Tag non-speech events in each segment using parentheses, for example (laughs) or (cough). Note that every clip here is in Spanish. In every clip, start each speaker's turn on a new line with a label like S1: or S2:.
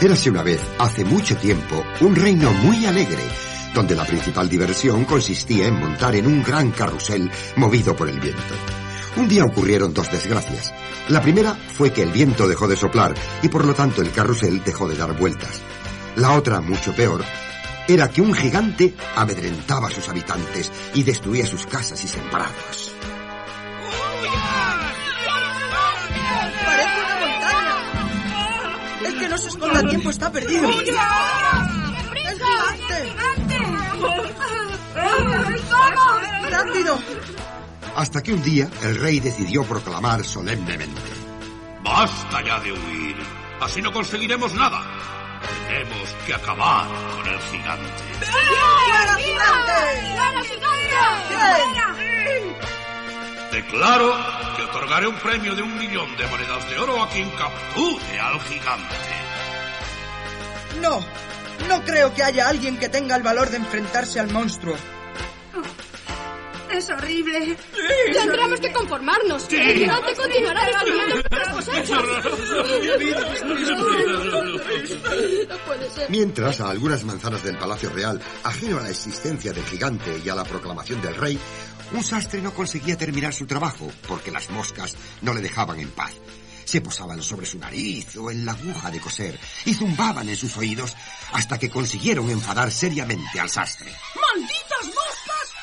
S1: Érase una vez, hace mucho tiempo, un reino muy alegre, donde la principal diversión consistía en montar en un gran carrusel movido por el viento. Un día ocurrieron dos desgracias. La primera fue que el viento dejó de soplar y por lo tanto el carrusel dejó de dar vueltas. La otra, mucho peor, era que un gigante amedrentaba a sus habitantes y destruía sus casas y sembrados.
S2: Parece una montaña. El que no se esconda a tiempo está perdido. ¡El gigante! ¡Rápido!
S1: Hasta que un día el rey decidió proclamar solemnemente.
S3: Basta ya de huir. Así no conseguiremos nada. Tenemos que acabar con el gigante.
S2: ¡Fuera, gigante!
S3: Declaro que otorgaré un premio de un millón de monedas de oro a quien capture al gigante.
S2: No, no creo que haya alguien que tenga el valor de enfrentarse al monstruo.
S4: Es horrible.
S5: Tendremos que conformarnos. El gigante continuará destruyendo nuestras cosechas. (laughs) No puede ser.
S1: Mientras, a algunas manzanas del Palacio Real, ajeno a la existencia del gigante y a la proclamación del rey, un sastre no conseguía terminar su trabajo porque las moscas no le dejaban en paz. Se posaban sobre su nariz o en la aguja de coser y zumbaban en sus oídos hasta que consiguieron enfadar seriamente al sastre.
S6: ¡Malditas moscas!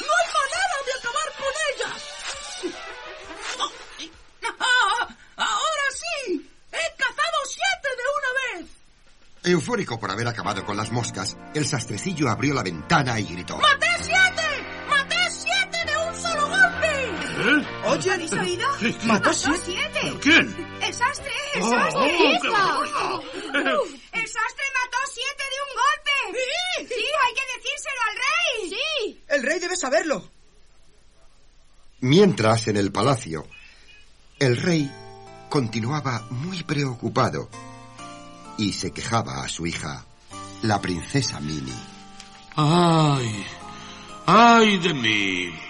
S6: ¡No hay manera de acabar con ellas! ¡Ah! ¡Ahora sí! ¡He cazado siete de una vez!
S1: Eufórico por haber acabado con las moscas, el sastrecillo abrió la ventana y gritó.
S6: ¡Maté siete! ¡Maté siete de un solo golpe!
S2: Oye,
S4: ¿Habéis oído?
S2: mató siete.
S4: siete!
S3: ¿Quién?
S4: ¡El sastre! ¡El
S3: Oh,
S4: sastre!
S3: oh, qué
S4: ¡Esa!
S3: barbaridad.
S4: ¡El sastre mató siete de un golpe! ¡Sí! ¡Hay que decírselo al rey! ¡Sí!
S2: El rey debe saberlo.
S1: Mientras, en el palacio, el rey continuaba muy preocupado y se quejaba a su hija, la princesa Mini.
S3: Ay, ay de mí.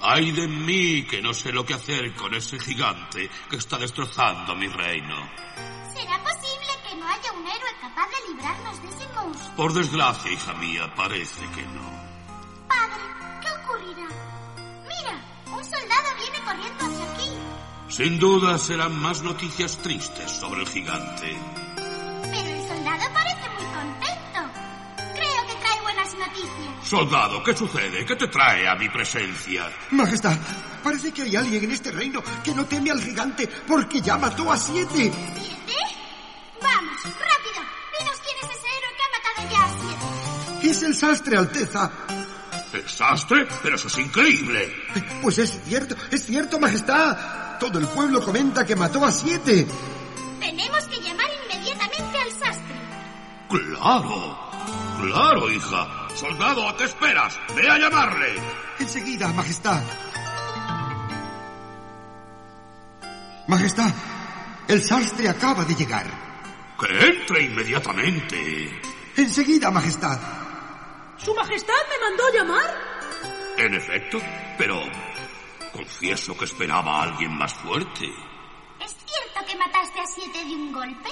S3: Ay de mí que no sé lo que hacer con ese gigante que está destrozando mi reino.
S7: ¿Será posible que no haya un héroe capaz de librarnos de ese monstruo?
S3: Por desgracia, hija mía, parece que no.
S7: Padre, ¿qué ocurrirá? Mira, un soldado viene corriendo hacia aquí.
S3: Sin duda serán más noticias tristes sobre el gigante.
S7: Pero el soldado parece muy contento. Creo que trae buenas noticias.
S3: Soldado, ¿qué sucede? ¿Qué te trae a mi presencia?
S1: Majestad, parece que hay alguien en este reino que no teme al gigante porque ya mató a siete.
S7: ¿Siete? Vamos, rápido. Dinos quién es ese héroe que ha matado ya a siete.
S1: Es el sastre, Alteza.
S3: ¿El sastre? Pero eso es increíble.
S1: Pues es cierto, es cierto, Majestad. Todo el pueblo comenta que mató a siete.
S7: Tenemos que llamar inmediatamente al sastre.
S3: Claro, claro, hija. Soldado, ¿a qué esperas? Ve a llamarle.
S1: Enseguida, Majestad. Majestad, el sastre acaba de llegar.
S3: Que entre inmediatamente.
S1: Enseguida, Majestad.
S6: ¿Su majestad me mandó llamar?
S3: En efecto, pero confieso que esperaba a alguien más fuerte.
S7: ¿Es cierto que mataste a siete de un golpe?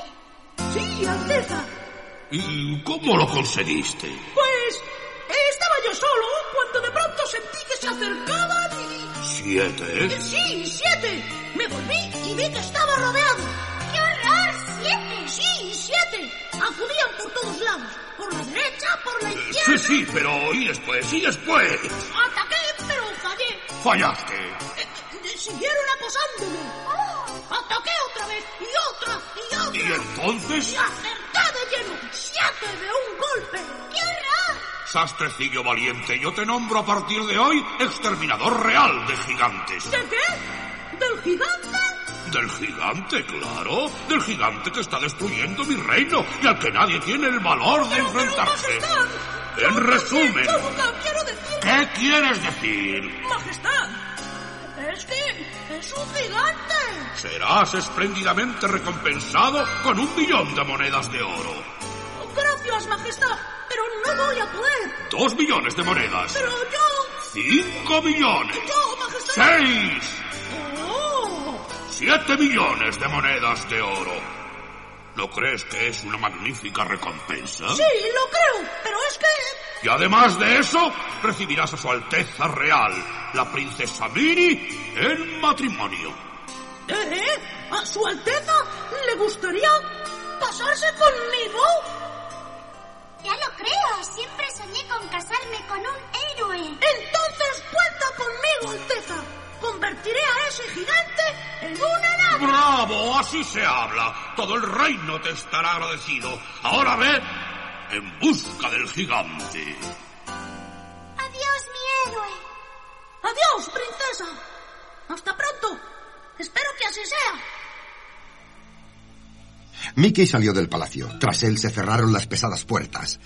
S6: Sí, Alteza.
S3: ¿Y cómo lo conseguiste?
S6: Pues eh, estaba yo solo cuando de pronto sentí que se acercaban y...
S3: ¿Siete?
S6: Sí, siete. Me volví y vi que estaba rodeado.
S7: ¡Qué horror! ¡Siete!
S6: Sí, siete. Acudían por todos lados. Por la derecha, por la
S3: Sí,
S6: izquierda.
S3: sí, pero ¿y después? ¿Y después?
S6: Ataqué, pero fallé.
S3: Fallaste.
S6: Eh, eh, Siguieron acosándome.
S7: Oh.
S6: Ataqué otra vez y otra
S3: ¿Y
S6: y otra. Y
S3: entonces?
S6: acerté de lleno. Siete de un golpe.
S7: ¡Qué horror!
S3: Sastrecillo valiente, yo te nombro a partir de hoy exterminador real de gigantes.
S6: ¿De qué? ¿Del gigante?
S3: Del gigante, claro. Del gigante que está destruyendo mi reino y al que nadie tiene el valor de
S6: Pero, pero,
S3: enfrentarse.
S6: majestad.
S3: En
S6: yo
S3: resumen.
S6: también, yo nunca quiero decir,
S3: ¿Qué quieres decir?
S6: majestad. Es que es un gigante.
S3: Serás espléndidamente recompensado con un millón de monedas de oro.
S6: Gracias, majestad. Pero no voy a poder.
S3: Dos millones de monedas.
S6: Pero yo,
S3: Cinco millones.
S6: yo, majestad.
S3: Seis.
S6: Oh.
S3: Siete millones de monedas de oro. ¿No crees que es una magnífica recompensa?
S6: Sí, lo creo, pero es que...
S3: Y además de eso, recibirás a su Alteza Real, la princesa Miri, en matrimonio.
S6: ¿Eh? ¿A su Alteza le gustaría pasarse conmigo?
S7: Ya lo creo, siempre soñé con casarme con un héroe.
S6: Entonces cuenta conmigo, Alteza. Convertiré a ese gigante en un enano.
S3: ¡Bravo! Así se habla. Todo el reino te estará agradecido. Ahora ve en busca del gigante.
S7: Adiós, mi héroe.
S6: Adiós, princesa. Hasta pronto. Espero que así sea.
S1: Mickey salió del palacio. Tras él se cerraron las pesadas puertas.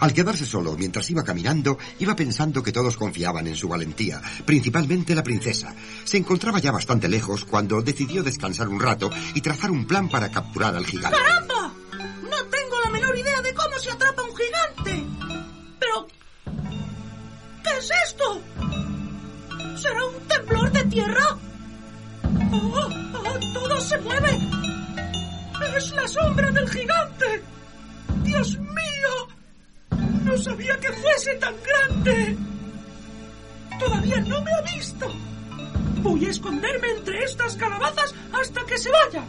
S1: Al quedarse solo, mientras iba caminando, iba pensando que todos confiaban en su valentía, principalmente la princesa. Se encontraba ya bastante lejos cuando decidió descansar un rato y trazar un plan para capturar al
S8: (laughs)
S1: gigante.
S6: ¡Caramba! No tengo la menor idea de cómo se atrapa un gigante. Pero... ¿Qué es esto? ¿Será un temblor de tierra? ¡Oh, oh, todo se mueve! ¡Es la sombra del gigante! ¡Dios mío! No sabía que fuese tan grande. Todavía no me ha visto. Voy a esconderme entre estas calabazas hasta que se vaya.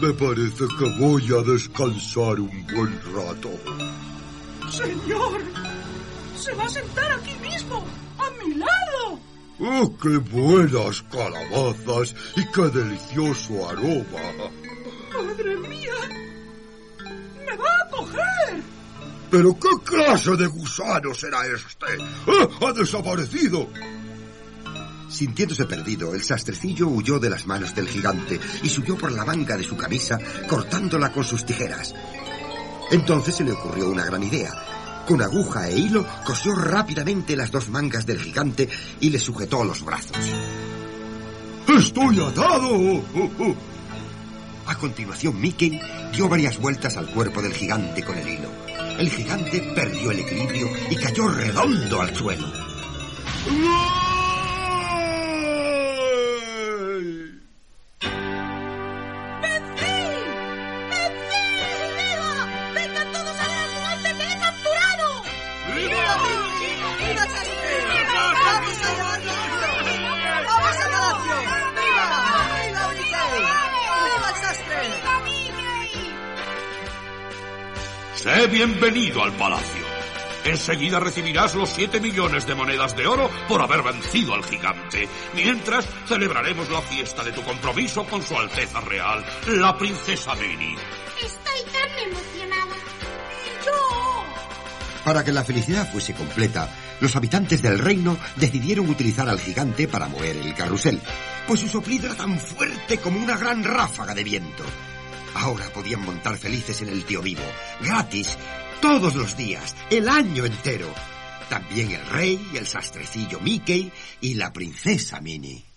S8: Me parece que voy a descansar un buen rato.
S6: Señor, se va a sentar aquí mismo, a mi lado.
S8: ¡Oh, qué buenas calabazas y qué delicioso aroma!
S6: Madre mía, me va a coger.
S8: ¿Pero qué clase de gusano será este? ¡Ah, ¡Ha desaparecido!
S1: Sintiéndose perdido, el sastrecillo huyó de las manos del gigante y subió por la manga de su camisa, cortándola con sus tijeras. Entonces se le ocurrió una gran idea. Con aguja e hilo cosió rápidamente las dos mangas del gigante y le sujetó los brazos.
S8: ¡Estoy atado! ¡Oh, oh!
S1: A continuación, Mickey dio varias vueltas al cuerpo del gigante con el hilo. El gigante perdió el equilibrio y cayó redondo al suelo.
S8: ¡Ay!
S6: ¡Viva! ¡Vengan todos a ver al gigante que he capturado!
S2: ¡Viva Chasquina! ¡Vamos a llevarlo a ¡Vamos al palacio! ¡Viva! ¡Viva Mickey! ¡Viva el sastre!
S3: Sé bienvenido al palacio. Enseguida recibirás los 7 millones de monedas de oro por haber vencido al gigante. Mientras celebraremos la fiesta de tu compromiso con su Alteza Real, la princesa Mini.
S7: Estoy tan emocionada.
S1: Para que la felicidad fuese completa, los habitantes del reino decidieron utilizar al gigante para mover el carrusel, pues su soplido era tan fuerte como una gran ráfaga de viento. Ahora podían montar felices en el tío vivo, gratis, todos los días, el año entero. También el rey, el sastrecillo Mickey y la princesa Minnie.